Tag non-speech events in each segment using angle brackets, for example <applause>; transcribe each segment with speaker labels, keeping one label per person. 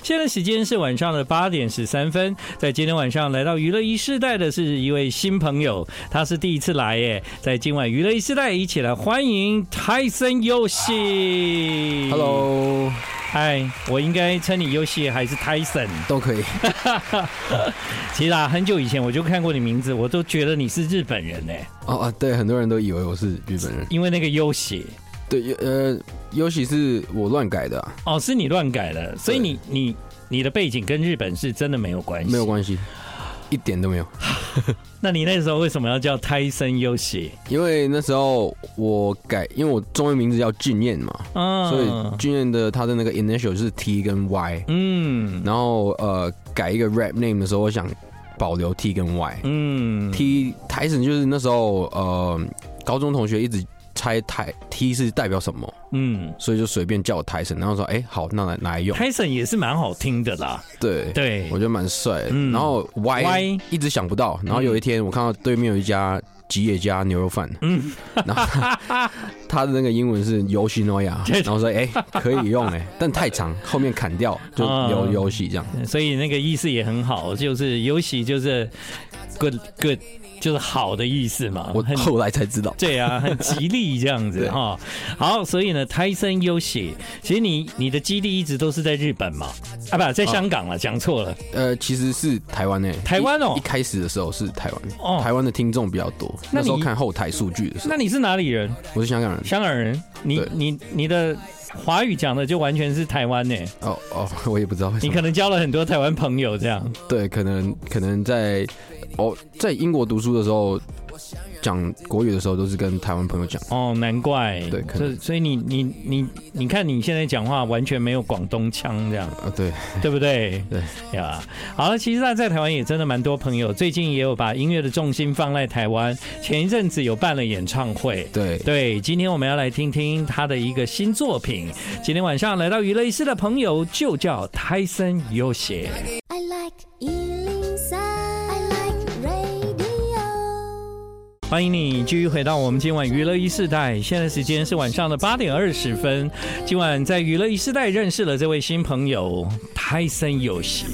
Speaker 1: 现在时间是晚上的八点十三分，在今天晚上来到娱乐一世代的是一位新朋友，他是第一次来耶，在今晚娱乐一世代一起来欢迎泰森游戏。
Speaker 2: Hello，
Speaker 1: 嗨，我应该称你游戏还是泰森？
Speaker 2: 都可以。
Speaker 1: 其实啊，很久以前我就看过你名字，我都觉得你是日本人哎，
Speaker 2: 哦啊，对，很多人都以为我是日本人。
Speaker 1: 因为那个优写
Speaker 2: 对，呃，尤其是我乱改的、啊，
Speaker 1: 哦，是你乱改的，所以你你你的背景跟日本是真的没有关系，
Speaker 2: 没有关系，一点都没有。
Speaker 1: 那你那时候为什么要叫泰森优写？
Speaker 2: 因为那时候我改，因为我中文名字叫俊彦嘛，
Speaker 1: 嗯
Speaker 2: 所以俊彦的他的那个 initial 就是 T 跟 Y，
Speaker 1: 嗯
Speaker 2: 然后呃改一个 rap name 的时候，我想保留 T 跟 Y。
Speaker 1: 嗯
Speaker 2: T 台神就是那时候呃高中同学一直猜台 T 是代表什么，
Speaker 1: 嗯，
Speaker 2: 所以就随便叫我台神，然后说哎、好，那来拿来用。
Speaker 1: 泰森也是蛮好听的啦，
Speaker 2: 对
Speaker 1: 对
Speaker 2: 我觉得蛮帅的。
Speaker 1: 嗯
Speaker 2: 然后 Y,
Speaker 1: Y
Speaker 2: 一直想不到，然后有一天我看到对面有一家吉野家牛肉饭，
Speaker 1: 嗯
Speaker 2: 嗯，
Speaker 1: <laughs>
Speaker 2: 然后他他的那个英文是游戏诺亚，然后说哎、可以用哎、但太长，后面砍掉就
Speaker 1: 啊
Speaker 2: 游游戏这样。
Speaker 1: 所以那个意思也很好，就是尤其就是 good good 就是好的意思嘛，
Speaker 2: 我
Speaker 1: 哦很
Speaker 2: 后来才知道，
Speaker 1: 对啊，很吉利这样子
Speaker 2: 对
Speaker 1: 哈。好，所以呢，泰森优喜，其实你你的基地一直都是在日本嘛，啊不，在香港了，讲错了。
Speaker 2: 呃，其实是台湾哎、
Speaker 1: 台湾哦
Speaker 2: 一一开始的时候是台湾、
Speaker 1: 哦
Speaker 2: 台湾的听众比较多，
Speaker 1: 那
Speaker 2: 那
Speaker 1: 你
Speaker 2: 时候看后台数据的时候
Speaker 1: 那，你是哪里人？
Speaker 2: 我是香港人，
Speaker 1: 香港人。你
Speaker 2: 对
Speaker 1: 你你的华语讲的就完全是台湾呢、
Speaker 2: 哦哦，我也不知道为什
Speaker 1: 你
Speaker 2: 么
Speaker 1: 可，能交了很多台湾朋友这样。
Speaker 2: 对，可能可能在哦，在英国读书的时候，讲国语的时候都是跟台湾朋友讲，
Speaker 1: 哦，难怪。
Speaker 2: 对可
Speaker 1: 所
Speaker 2: 能
Speaker 1: 以所以你你你你看你现在讲话完全没有广东腔
Speaker 2: <laughs>
Speaker 1: 这样，
Speaker 2: 啊，对，
Speaker 1: 对不对？
Speaker 2: 对
Speaker 1: 呀，好了，其实他在台湾也真的蛮多朋友，最近也有把音乐的重心放在台湾。前一阵子有办了演唱会。
Speaker 2: 对，
Speaker 1: 对，今天我们要来听听他的一个新作品。今天晚上来到娱乐室的朋友就叫泰森优写。
Speaker 3: I like Ealing Sound. I like radio.
Speaker 1: 欢迎你继续回到我们今晚娱乐一世代，现在时间是晚上的八点二十分。今晚在娱乐一世代认识了这位新朋友泰森有喜。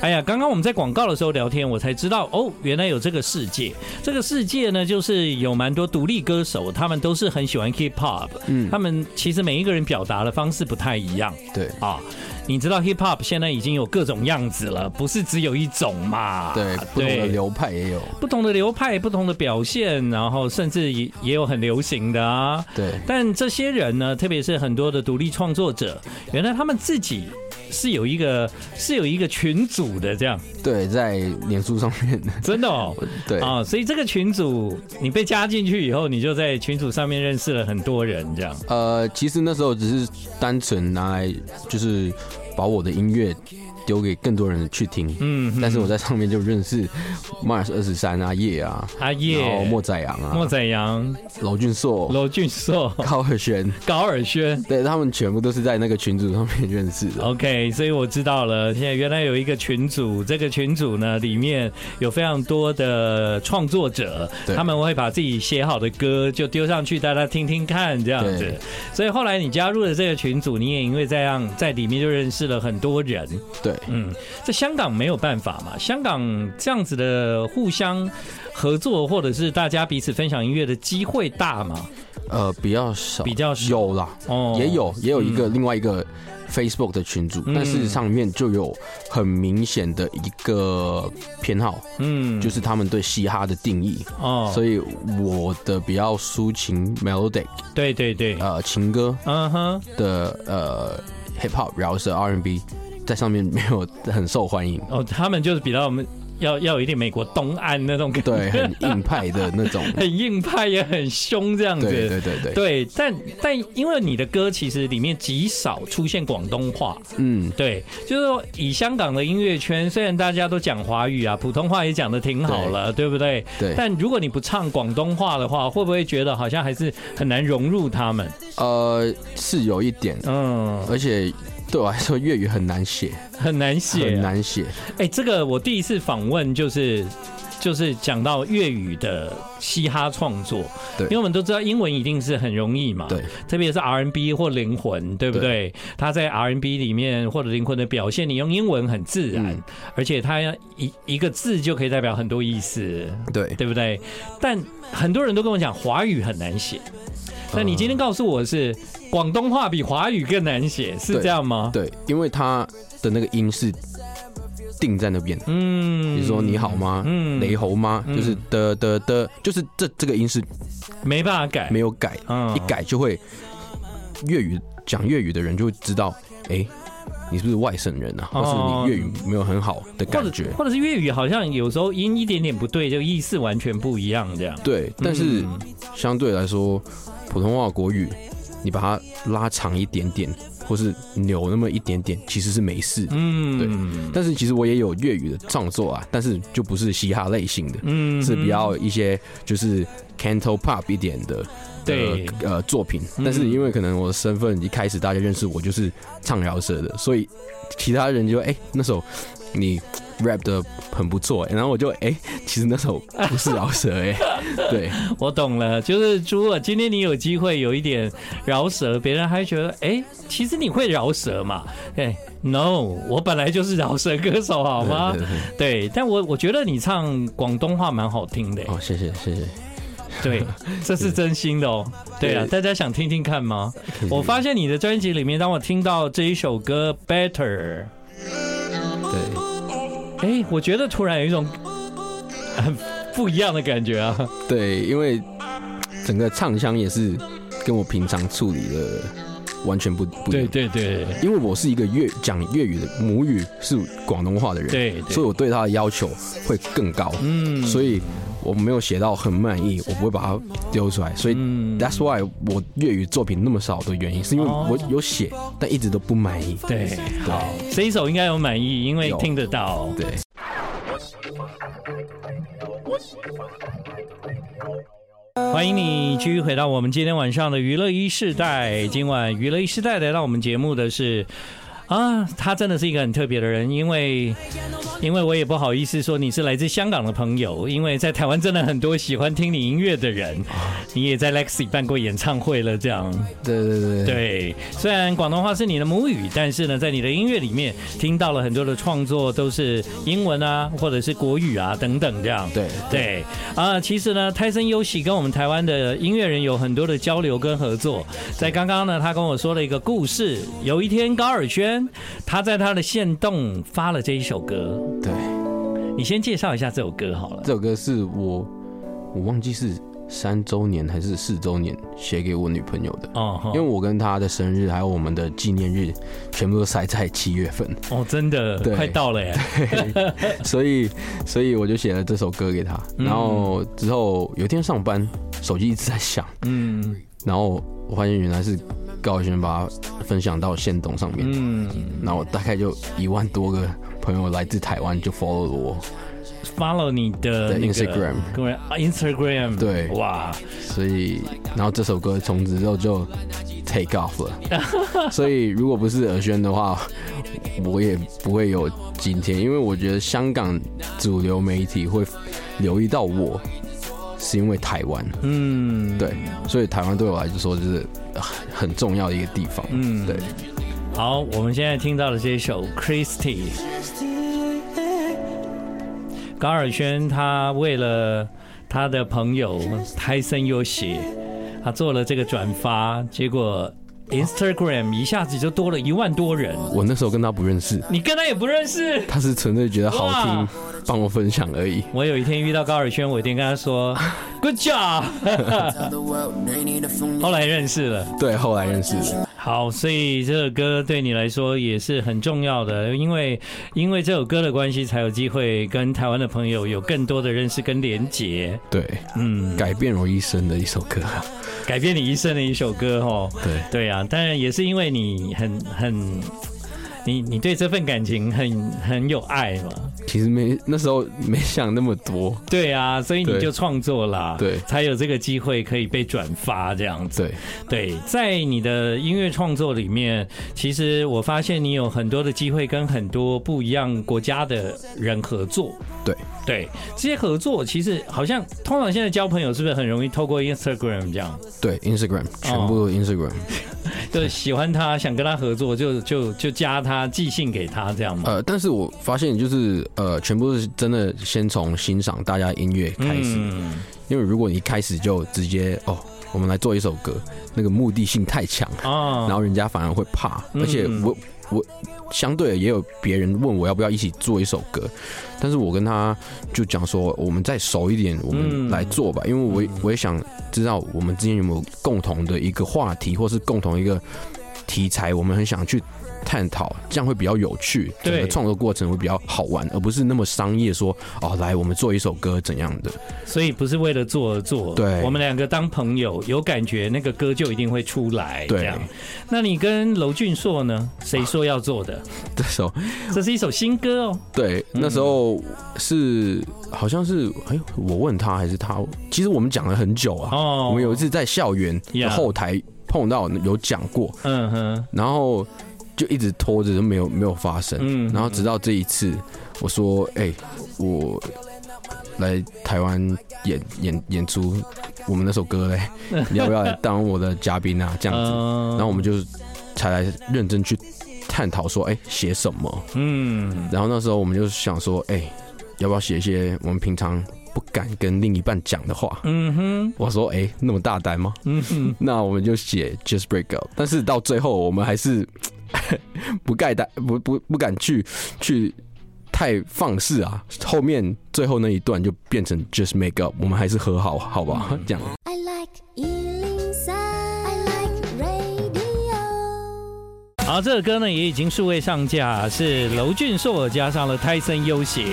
Speaker 1: 哎呀，刚刚我们在广告的时候聊天，我才知道哦，原来有这个世界。这个世界呢，就是有蛮多独立歌手，他们都是很喜欢 hip hop，嗯，他们其实每一个人表达的方式不太一样。
Speaker 2: 对
Speaker 1: 啊，你知道 hip hop 现在已经有各种样子了，不是只有一种嘛？
Speaker 2: 对，不同的流派也有，
Speaker 1: 不同的流派、不同的表现，然后甚至也也有很流行的啊。
Speaker 2: 对
Speaker 1: 但这些人呢，特别是很多的独立创作者，原来他们自己是有一个是有一个群组的，这样
Speaker 2: 对，在脸书上面，
Speaker 1: 真的哦。
Speaker 2: 对，
Speaker 1: 啊、所以这个群组你被加进去以后，你就在群组上面认识了很多人，这样。
Speaker 2: 呃，其实那时候只是单纯拿来就是把我的音乐丢给更多人去听，
Speaker 1: 嗯
Speaker 2: 嗯，但是我在上面就认识 Mars 二十三啊、叶啊，
Speaker 1: 阿
Speaker 2: 然后
Speaker 1: 叶、
Speaker 2: 莫宰阳
Speaker 1: 莫
Speaker 2: 啊、
Speaker 1: 宰阳、
Speaker 2: 娄俊硕、
Speaker 1: 娄俊硕、
Speaker 2: 高尔轩，
Speaker 1: 高尔轩。
Speaker 2: 对他们全部都是在那个群组上面认识
Speaker 1: 哦
Speaker 2: 的。
Speaker 1: OK，所以我知道了。现在原来有一个群组，这个群组呢里面有非常多的创作者，
Speaker 2: 对
Speaker 1: 他们会把自己写好的歌就丢上去，大家听听看这样子
Speaker 2: 对。
Speaker 1: 所以后来你加入了这个群组，你也因为这样在里面就认识了很多人。
Speaker 2: 对，
Speaker 1: 嗯，在香港没有办法嘛，香港这样子的互相合作或者是大家彼此分享音乐的机会大嘛？
Speaker 2: 呃，比较少，
Speaker 1: 比较少
Speaker 2: 有啦，
Speaker 1: 哦嗯
Speaker 2: 也有也有一个、另外一个 Facebook 的群组，但是上面就有很明显的一个偏好，
Speaker 1: 嗯
Speaker 2: 就是他们对嘻哈的定义。
Speaker 1: 哦，
Speaker 2: 所以我的比较抒情 melodic
Speaker 1: 对对对，
Speaker 2: 呃情歌
Speaker 1: 嗯哼。的
Speaker 2: 的呃 hip hop 饶舌 R&B 在上面没有很受欢迎，
Speaker 1: 哦，他们就是比较我们要要有一点美国东岸那种感觉，，
Speaker 2: 对，很硬派的那种
Speaker 1: <laughs> 很硬派也很凶这样子。
Speaker 2: 对对对对，
Speaker 1: 嗯对但但因为你的歌其实里面极少出现广东话，
Speaker 2: 嗯，
Speaker 1: 对，就是说以香港的音乐圈，虽然大家都讲华语啊，普通话也讲的挺好了，对不对？
Speaker 2: 对
Speaker 1: 但如果你不唱广东话的话，会不会觉得好像还是很难融入他们？
Speaker 2: 呃是有一点，
Speaker 1: 嗯，
Speaker 2: 而且对我来说粤语很难写，
Speaker 1: 很难写、
Speaker 2: 很
Speaker 1: 啊。
Speaker 2: 难写。
Speaker 1: 哎、这个我第一次访问就是。就是讲到粤语的嘻哈创作，
Speaker 2: 对
Speaker 1: 因为我们都知道英文一定是很容易嘛，
Speaker 2: 对，
Speaker 1: 特别是 R&B 或灵魂，对不对？他在 R&B 里面或者灵魂的表现，你用英文很自然，
Speaker 2: 嗯
Speaker 1: 而且它一一个字就可以代表很多意思，
Speaker 2: 对，
Speaker 1: 对不对？但很多人都跟我讲华语很难写，那
Speaker 2: 嗯
Speaker 1: 你今天告诉我是广东话比华语更难写，是
Speaker 2: 对
Speaker 1: 这样吗？
Speaker 2: 对，因为它的那个音是定在那边。
Speaker 1: 嗯，
Speaker 2: 比如说你好吗？
Speaker 1: 嗯
Speaker 2: 雷猴吗？
Speaker 1: 嗯
Speaker 2: 就是的的的，就是这这个音是
Speaker 1: 没办法改，
Speaker 2: 没有改，
Speaker 1: 嗯
Speaker 2: 一改就会粤语讲粤语的人就会知道，哎，你是不是外省人啊？或
Speaker 1: 哦
Speaker 2: 是你粤语没有很好的
Speaker 1: 或
Speaker 2: 感
Speaker 1: 者
Speaker 2: 觉？
Speaker 1: 或者是粤语好像有时候音一点点不对，就意思完全不一样这样。
Speaker 2: 对，但是
Speaker 1: 嗯
Speaker 2: 相对来说，普通话国语你把它拉长一点点，或是扭那么一点点，其实是没事。
Speaker 1: 嗯，
Speaker 2: 但是其实我也有粤语的创作啊，但是就不是嘻哈类型的，
Speaker 1: 嗯
Speaker 2: 是比较一些就是 canto pop 一点的。
Speaker 1: 对
Speaker 2: 的呃作品，
Speaker 1: 嗯
Speaker 2: 但是因为可能我的身份一开始大家认识我就是唱饶舌的，所以其他人就哎、那首你 rap 的很不错、哎然后我就哎、其实那首不是饶舌哎、对
Speaker 1: 我懂了，就是如果今天你有机会有一点饶舌，别人还觉得，哎、其实你会饶舌嘛？哎、n o 我本来就是饶舌歌手，好吗？
Speaker 2: 对对对
Speaker 1: 对，但我我觉得你唱广东话蛮好听的、
Speaker 2: 哦，谢谢谢谢，
Speaker 1: <laughs> 对，这是真心的哦。对啊，大家想听听看吗？我发现你的专辑里面，当我听到这一首歌《Better》，
Speaker 2: 对
Speaker 1: 哎，我觉得突然有一种很不一样的感觉啊。
Speaker 2: 对，因为整个唱腔也是跟我平常处理的完全不不一
Speaker 1: 对
Speaker 2: 样，
Speaker 1: 对对
Speaker 2: 因为我是一个粤讲粤语的母语是广东话的人，
Speaker 1: 对，
Speaker 2: 所以我对他的要求会更高，
Speaker 1: 嗯
Speaker 2: 所以我没有写到很满意，我不会把它丢出来。所以
Speaker 1: 嗯
Speaker 2: that's why 我粤语作品那么少的原因，是因为
Speaker 1: 哦
Speaker 2: 我有写，但一直都不满意。
Speaker 1: 对，
Speaker 2: 好，
Speaker 1: 这一首应该有满意，因为
Speaker 2: 有
Speaker 1: 听得到。
Speaker 2: 对，
Speaker 1: 欢迎你继续回到我们今天晚上的娱乐一世代。今晚娱乐一世代来到我们节目的是。啊，他真的是一个很特别的人，因为，因为我也不好意思说你是来自香港的朋友，因为在台湾真的很多喜欢听你音乐的人，你也在 Lexi 办过演唱会了，这样。
Speaker 2: 对对对对
Speaker 1: 对，虽然广东话是你的母语，但是呢，在你的音乐里面听到了很多的创作都是英文啊，或者是国语啊等等这样。
Speaker 2: 对
Speaker 1: 对啊、其实呢，泰森优喜跟我们台湾的音乐人有很多的交流跟合作。在刚刚呢，他跟我说了一个故事，有一天高尔宣他在他的线动发了这一首歌，
Speaker 2: 对，
Speaker 1: 你先介绍一下这首歌好了。
Speaker 2: 这首歌是我我忘记是三周年还是四周年写给我女朋友的。
Speaker 1: 哦，
Speaker 2: 因为我跟她的生日还有我们的纪念日，全部都塞在七月份，
Speaker 1: 哦，真的
Speaker 2: 对
Speaker 1: 快到了耶！
Speaker 2: 所以，所以我就写了这首歌给她。然后之后有一天上班，手机一直在响，
Speaker 1: 嗯
Speaker 2: 然后我发现原来是高晓轩把它分享到线动上面，
Speaker 1: 嗯
Speaker 2: 然后大概就一万多个朋友来自台湾就 follow 了我，
Speaker 1: ，follow 你的
Speaker 2: 对
Speaker 1: 那个
Speaker 2: Instagram
Speaker 1: 个人啊 Instagram，
Speaker 2: 对
Speaker 1: 哇，
Speaker 2: 所以然后这首歌从此之后就 take off 了，所以如果不是尔轩的话，我也不会有今天，因为我觉得香港主流媒体会留意到我，是因为台湾，
Speaker 1: 嗯，
Speaker 2: 对，所以台湾对我来说就是呃很重要的一个地方，
Speaker 1: 嗯
Speaker 2: 对。
Speaker 1: 好，我们现在听到的这一首《Christie》，高尔宣他为了他的朋友泰森优喜，他做了这个转发，结果 Instagram 一下子就多了一万多人，
Speaker 2: 我那时候跟他不认识，
Speaker 1: 你跟他也不认识。
Speaker 2: 他是纯粹觉得好
Speaker 1: 哇
Speaker 2: 听，帮我分享而已。
Speaker 1: 我有一天遇到高尔宣，我一定跟他说 <laughs> “Good job”，后来认识了。
Speaker 2: 对，后来认识的。
Speaker 1: 好，所以这首歌对你来说也是很重要的，因为因为这首歌的关系，才有机会跟台湾的朋友有更多的认识跟连结。
Speaker 2: 对，
Speaker 1: 嗯，
Speaker 2: 改变我一生的一首歌。
Speaker 1: 改 <laughs> 变你一生的一首歌哦。
Speaker 2: 对，
Speaker 1: 对啊，当然也是因为你很很你你对这份感情很很有爱嘛？
Speaker 2: 其实没那时候没想那么多，
Speaker 1: 对啊，所以你
Speaker 2: 对
Speaker 1: 就创作啦，
Speaker 2: 对
Speaker 1: 才有这个机会可以被转发这样子。
Speaker 2: 对，
Speaker 1: 对，在你的音乐创作里面，其实我发现你有很多的机会跟很多不一样国家的人合作。
Speaker 2: 对
Speaker 1: 对，这些合作其实好像通常现在交朋友是不是很容易透过 Instagram 这样？
Speaker 2: 对，Instagram
Speaker 1: 哦
Speaker 2: 全部都 Instagram，、
Speaker 1: 就喜欢他，想跟他合作，就就就加他，寄信给他这样嘛。
Speaker 2: 呃，但是我发现就是呃，全部是真的先从欣赏大家的音乐开始，
Speaker 1: 嗯，
Speaker 2: 因为如果你一开始就直接哦，我们来做一首歌，那个目的性太强，然
Speaker 1: 哦，
Speaker 2: 后人家反而会怕，
Speaker 1: 嗯
Speaker 2: 而且我我相对的也有别人问我要不要一起做一首歌，但是我跟他就讲说我们再熟一点，我
Speaker 1: 嗯
Speaker 2: 们来做吧，因为我也我也想知道我们之间有没有共同的一个话题，或是共同一个题材，我们很想去。探讨这样会比较有趣，整
Speaker 1: 对
Speaker 2: 个创作过程会比较好玩，而不是那么商业说哦，来我们做一首歌怎样的。 <laughs>
Speaker 1: 所以不是为了做而做，
Speaker 2: 对
Speaker 1: 我们两个当朋友，有感觉那个歌就一定会出来。
Speaker 2: 对
Speaker 1: 这样，那你跟娄俊硕呢？谁说要做的？
Speaker 2: 这时候
Speaker 1: 这是一首新歌哦。
Speaker 2: 对，那时候是好像是哎，我问他还是他，其实我们讲了很久啊。
Speaker 1: 哦，
Speaker 2: 我们有一，次在校园的
Speaker 1: Yeah
Speaker 2: 后台碰到，有讲过，
Speaker 1: 嗯哼，
Speaker 2: 然后就一直拖着，都没有没有发生。
Speaker 1: 嗯，
Speaker 2: 然后直到这一次，我说：“哎，我来台湾演演演出，我们那首
Speaker 1: <laughs>
Speaker 2: 歌嘞，你要不要来当我的嘉宾啊？”这样子，
Speaker 1: 嗯
Speaker 2: 然后我们就才来认真去探讨说：“哎，写什么？”
Speaker 1: 嗯，
Speaker 2: 然后那时候我们就想说，哎、要不要写一些我们平常不敢跟另一半讲的话？
Speaker 1: 嗯哼，
Speaker 2: 我说，哎、那么大胆吗？
Speaker 1: 嗯哼，
Speaker 2: 那我们就写 just break up。但是到最后，我们还是 <laughs> 不盖胆，不不不敢去去太放肆啊。后面最后那一段就变成 just make up，我们还是和好，好吧？这样
Speaker 3: I like Ealing Sound. I like radio.
Speaker 1: 好，这个歌呢也已经数位上架，是娄俊硕加上了泰森优写，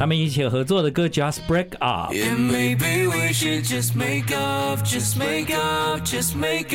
Speaker 1: 他们一起合作的歌《Just Break Up》。
Speaker 4: And maybe we should just make up, just make up, just make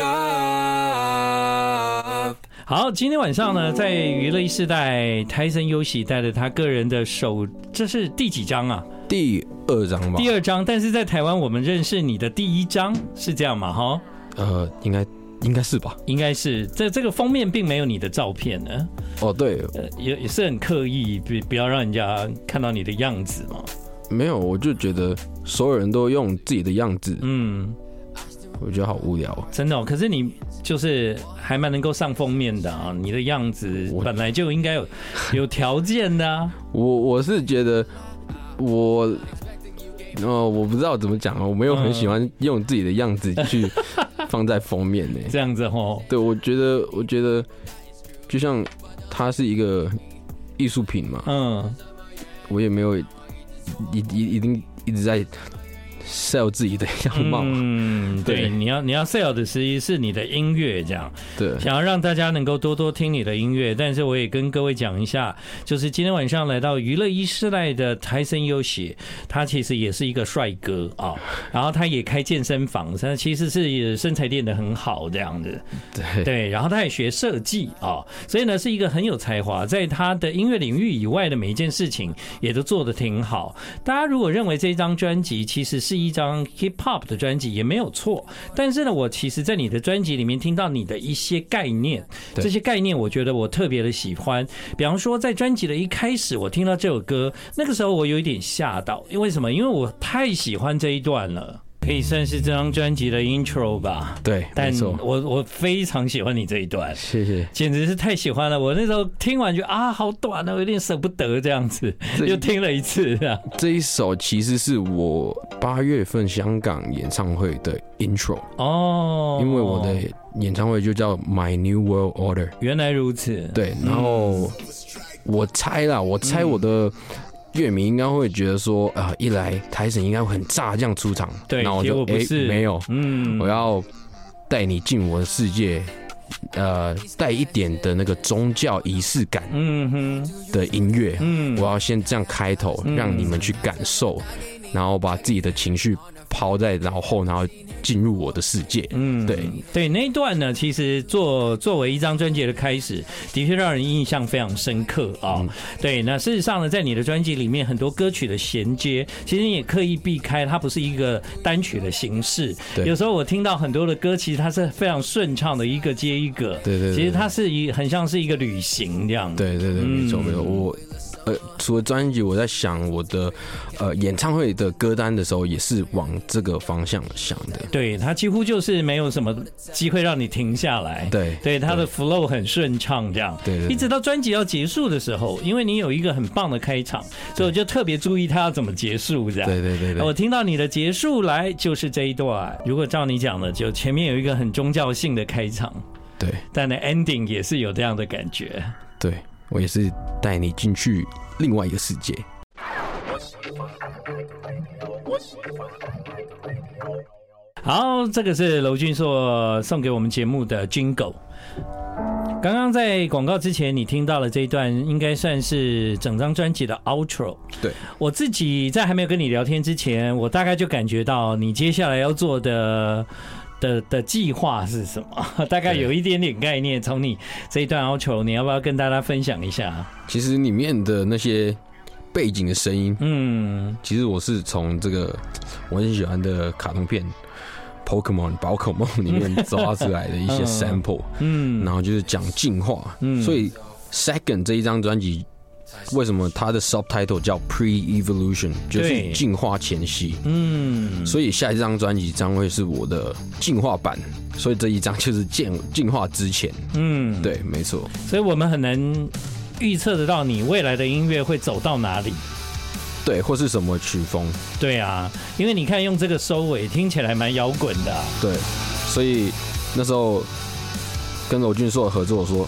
Speaker 4: up.
Speaker 1: 好，今天晚上呢，在娱乐一世代，泰森优喜带着他个人的首，这是第几张啊？
Speaker 2: 第二章吧
Speaker 1: 第，二张，但是在台湾我们认识你的第一张是这样嘛？哈，
Speaker 2: 呃，应该应该是吧？
Speaker 1: 应该是这这个封面并没有你的照片呢，
Speaker 2: 哦，对，
Speaker 1: 呃，也也是很刻意，不不要让人家看到你的样子嘛。
Speaker 2: 没有，我就觉得所有人都用自己的样子，
Speaker 1: 嗯，
Speaker 2: 我觉得好无聊哦。
Speaker 1: 真的、哦，可是你就是还蛮能够上封面的啊，你的样子
Speaker 2: 我
Speaker 1: 本来就应该有有条件的、啊。
Speaker 2: 我我是觉得我，呃，我不知道怎么讲啊，我没有很喜欢用自己的样子 <laughs> 去放在封面呢、
Speaker 1: 这样子哦吼，
Speaker 2: 对，我觉得，我觉得就像它是一个艺术品嘛，
Speaker 1: 嗯，
Speaker 2: 我也没有一一一定一直在 sell 自己的样貌。
Speaker 1: 嗯，对，
Speaker 2: 对
Speaker 1: 你要你要 sell 的其实是你的音乐，这样
Speaker 2: 对，
Speaker 1: 想要让大家能够多多听你的音乐。但是我也跟各位讲一下，就是今天晚上来到娱乐一世代的泰森优喜，他其实也是一个帅哥啊、然后他也开健身房，他其实是身材练得很好这样子。
Speaker 2: 对，
Speaker 1: 对，然后他也学设计啊、所以呢是一个很有才华，在他的音乐领域以外的每一件事情也都做得挺好。大家如果认为这张专辑其实是一张 hip hop 的专辑也没有错，但是呢，我其实在你的专辑里面听到你的一些概念，
Speaker 2: 对
Speaker 1: 这些概念我觉得我特别的喜欢。比方说，在专辑的一开始，我听到这首歌，那个时候我有一点吓到，因为什么？因为我太喜欢这一段了。可以算是这张专辑的 intro 吧，
Speaker 2: 对，没
Speaker 1: 但
Speaker 2: 错，
Speaker 1: 我我非常喜欢你这一段，
Speaker 2: 谢谢。
Speaker 1: 简直是太喜欢了。我那时候听完就啊，好短哦，有点舍不得这样子，
Speaker 2: 这
Speaker 1: 又听了一次啊。
Speaker 2: 这一首其实是我八月份香港演唱会的 intro，、
Speaker 1: 哦，
Speaker 2: 因为我的演唱会就叫 My New World Order。
Speaker 1: 原来如此，
Speaker 2: 对，然后我猜啦，我猜我的乐迷应该会觉得说，啊、一来台神应该会很炸这样出场，
Speaker 1: 对，
Speaker 2: 那我
Speaker 1: 结
Speaker 2: 就
Speaker 1: 果不
Speaker 2: 诶
Speaker 1: 是，
Speaker 2: 没有，
Speaker 1: 嗯
Speaker 2: 我要带你进我的世界，呃，带一点的那个宗教仪式感
Speaker 1: 嗯哼，
Speaker 2: 的音乐，
Speaker 1: 嗯
Speaker 2: 我要先这样开头，
Speaker 1: 嗯
Speaker 2: 让你们去感受然后把自己的情绪抛在脑后，然后进入我的世界。
Speaker 1: 嗯
Speaker 2: 对，
Speaker 1: 对，那一段呢，其实作作为一张专辑的开始，的确让人印象非常深刻啊、
Speaker 2: 嗯
Speaker 1: 对，那事实上呢，在你的专辑里面，很多歌曲的衔接，其实你也刻意避开，它不是一个单曲的形式。
Speaker 2: 对
Speaker 1: 有时候我听到很多的歌，其实它是非常顺畅的，一个接一个。
Speaker 2: 对对对
Speaker 1: 其实它是一很像是一个旅行这样。，
Speaker 2: 对对对，没
Speaker 1: 嗯
Speaker 2: 错没错。我呃，除了专辑，我在想我的呃演唱会的歌单的时候，也是往这个方向想的。
Speaker 1: 对，它几乎就是没有什么机会让你停下来。
Speaker 2: 对
Speaker 1: 对，它的 flow 很顺畅，这样。
Speaker 2: 对对对
Speaker 1: 一直到专辑要结束的时候，因为你有一个很棒的开场，所以我就特别注意它要怎么结束，这样。
Speaker 2: 对对对对
Speaker 1: 我听到你的结束来就是这一段，如果照你讲的，就前面有一个很宗教性的开场，
Speaker 2: 对
Speaker 1: 但呢 ending 也是有这样的感觉。
Speaker 2: 对，我也是带你进去另外一个世界。
Speaker 1: 好，这个是娄俊硕送给我们节目的 Jingle。刚刚在广告之前，你听到了这一段，应该算是整张专辑的 outro。
Speaker 2: 对，
Speaker 1: 我自己在还没有跟你聊天之前，我大概就感觉到你接下来要做的的的计划是什么， <laughs> 大概
Speaker 2: 对
Speaker 1: 有一点点概念。从你这一段 outro，你要不要跟大家分享一下？
Speaker 2: 其实里面的那些背景的声音，
Speaker 1: 嗯，
Speaker 2: 其实我是从这个我很喜欢的卡通片。Pokemon 宝
Speaker 1: <laughs>
Speaker 2: 可梦里面抓出来的一些
Speaker 1: 嗯
Speaker 2: sample，
Speaker 1: 嗯
Speaker 2: 然后就是讲进化，
Speaker 1: 嗯
Speaker 2: 所以 Second 这一张专辑为什么它的 subtitle 叫 Pre Evolution，就是
Speaker 1: 对
Speaker 2: 进化前夕，
Speaker 1: 嗯，
Speaker 2: 所以下一张专辑将会是我的进化版，所以这一张就是进进化之前，
Speaker 1: 嗯，
Speaker 2: 对，没错，
Speaker 1: 所以我们很难预测得到你未来的音乐会走到哪里。
Speaker 2: 对，或是什么曲风，
Speaker 1: 对啊，因为你看用这个收尾，听起来蛮摇滚的啊、
Speaker 2: 对，所以那时候跟娄俊硕合作，我说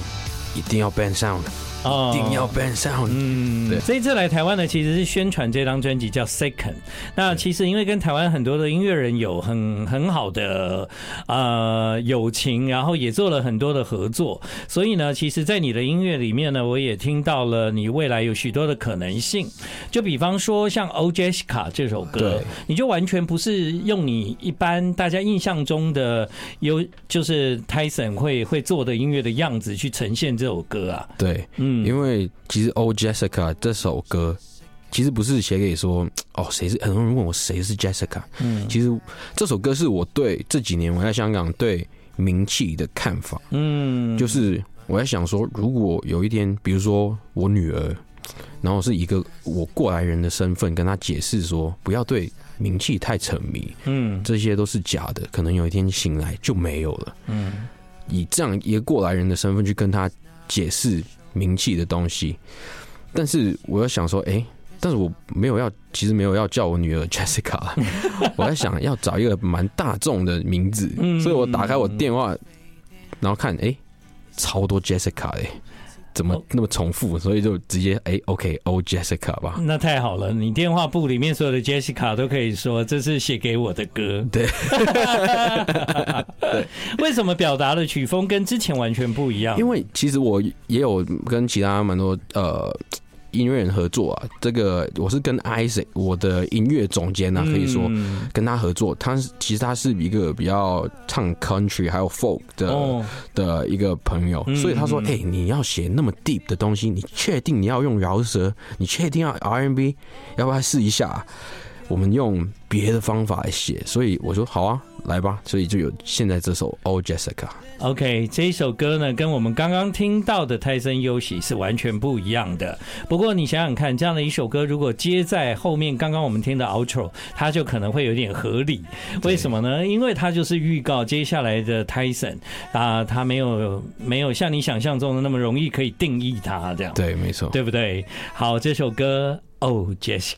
Speaker 2: 一定要 ban sound，
Speaker 1: 哦
Speaker 2: 一定要 ban sound，
Speaker 1: 嗯
Speaker 2: 对，
Speaker 1: 这一次来台湾呢，其实是宣传这张专辑叫《Second》。那其实因为跟台湾很多的音乐人有很很好的呃友情，然后也做了很多的合作，所以呢，其实，在你的音乐里面呢，我也听到了你未来有许多的可能性。就比方说像《o j e s h i a 这首歌
Speaker 2: 对，
Speaker 1: 你就完全不是用你一般大家印象中的有就是 Tyson 会会做的音乐的样子去呈现这首歌啊。
Speaker 2: 对，
Speaker 1: 嗯，
Speaker 2: 因为其实《Oh Jessica》这首歌其实不是写给说哦谁是，很多人问我谁是 Jessica，
Speaker 1: 嗯
Speaker 2: 其实这首歌是我对这几年我在香港对名气的看法，
Speaker 1: 嗯，
Speaker 2: 就是我在想说，如果有一天，比如说我女儿，然后是一个我过来人的身份跟她解释说，不要对名气太沉迷，
Speaker 1: 嗯
Speaker 2: 这些都是假的，可能有一天醒来就没有了。
Speaker 1: 嗯
Speaker 2: 以这样一个过来人的身份去跟他解释名气的东西，但是我要想说，诶，但是我没有要，其实没有要叫我女儿 <laughs> Jessica，我在想要找一个蛮大众的名字，
Speaker 1: 嗯
Speaker 2: 所以我打开我电话，然后看，诶，超多 Jessica 哎、怎么
Speaker 1: 哦
Speaker 2: 那么重复？所以就直接诶 o k o Jessica 吧，
Speaker 1: <laughs> 那太好了，你电话簿里面所有的 Jessica 都可以说这是写给我的歌。 <laughs>
Speaker 2: 对，
Speaker 1: 为什么表达的曲风跟之前完全不一样？
Speaker 2: 因为其实我也有跟其他蛮多呃音乐人合作啊，这个我是跟 Isaac 我的音乐总监啊，可以说、
Speaker 1: 嗯
Speaker 2: 跟他合作，他是其实他是一个比较唱 country 还有 folk 的、
Speaker 1: 哦，
Speaker 2: 的一个朋友，
Speaker 1: 嗯
Speaker 2: 所以他说，
Speaker 1: 嗯
Speaker 2: 哎、你要写那么 deep 的东西，你确定你要用饶舌？你确定要 R&B？要不要试一下啊、我们用别的方法来写，所以我说好啊，来吧，所以就有现在这首《Oh Jessica》。
Speaker 1: OK，这一首歌呢，跟我们刚刚听到的《泰森忧喜》是完全不一样的。不过你想想看，这样的一首歌，如果接在后面刚刚我们听的 outro，它就可能会有点合理。为什么呢？因为它就是预告接下来的泰森啊，它没有没有像你想象中的那么容易可以定义它这样。
Speaker 2: 对，没错。
Speaker 1: 对不对？好，这首歌《Oh Jessica》，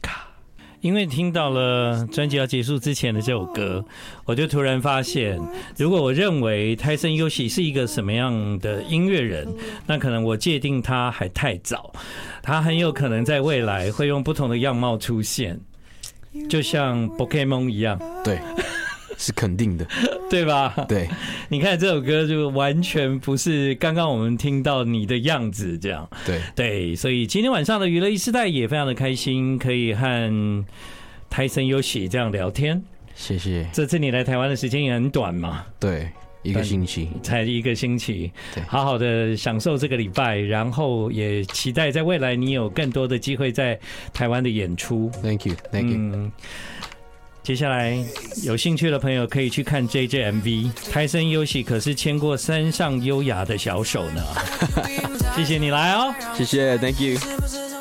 Speaker 1: 因为听到了专辑要结束之前的这首歌，我就突然发现，如果我认为泰森优喜是一个什么样的音乐人，那可能我界定他还太早，他很有可能在未来会用不同的样貌出现。就像 Pokemon 一样，
Speaker 2: 对，是肯定的。
Speaker 1: 对吧？
Speaker 2: 对，
Speaker 1: 你看这首歌就完全不是刚刚我们听到你的样子这样。
Speaker 2: 对，
Speaker 1: 对，所以今天晚上的娱乐一时代也非常的开心，可以和。泰森优喜这样聊天。
Speaker 2: 谢谢。
Speaker 1: 这次你来台湾的时间也很短嘛，
Speaker 2: 对，一个
Speaker 1: 但
Speaker 2: 星期，
Speaker 1: 才一个星期
Speaker 2: 对，
Speaker 1: 好好的享受这个礼拜，然后也期待在未来你有更多的机会在台湾的演出。
Speaker 2: Thank you，Thank you，
Speaker 1: 嗯，接下来有兴趣的朋友可以去看 J J M V，泰森优喜可是牵过山上优雅的小手呢。谢谢你来哦。 <laughs> 哦
Speaker 2: 谢谢，Thank you。
Speaker 4: Simple as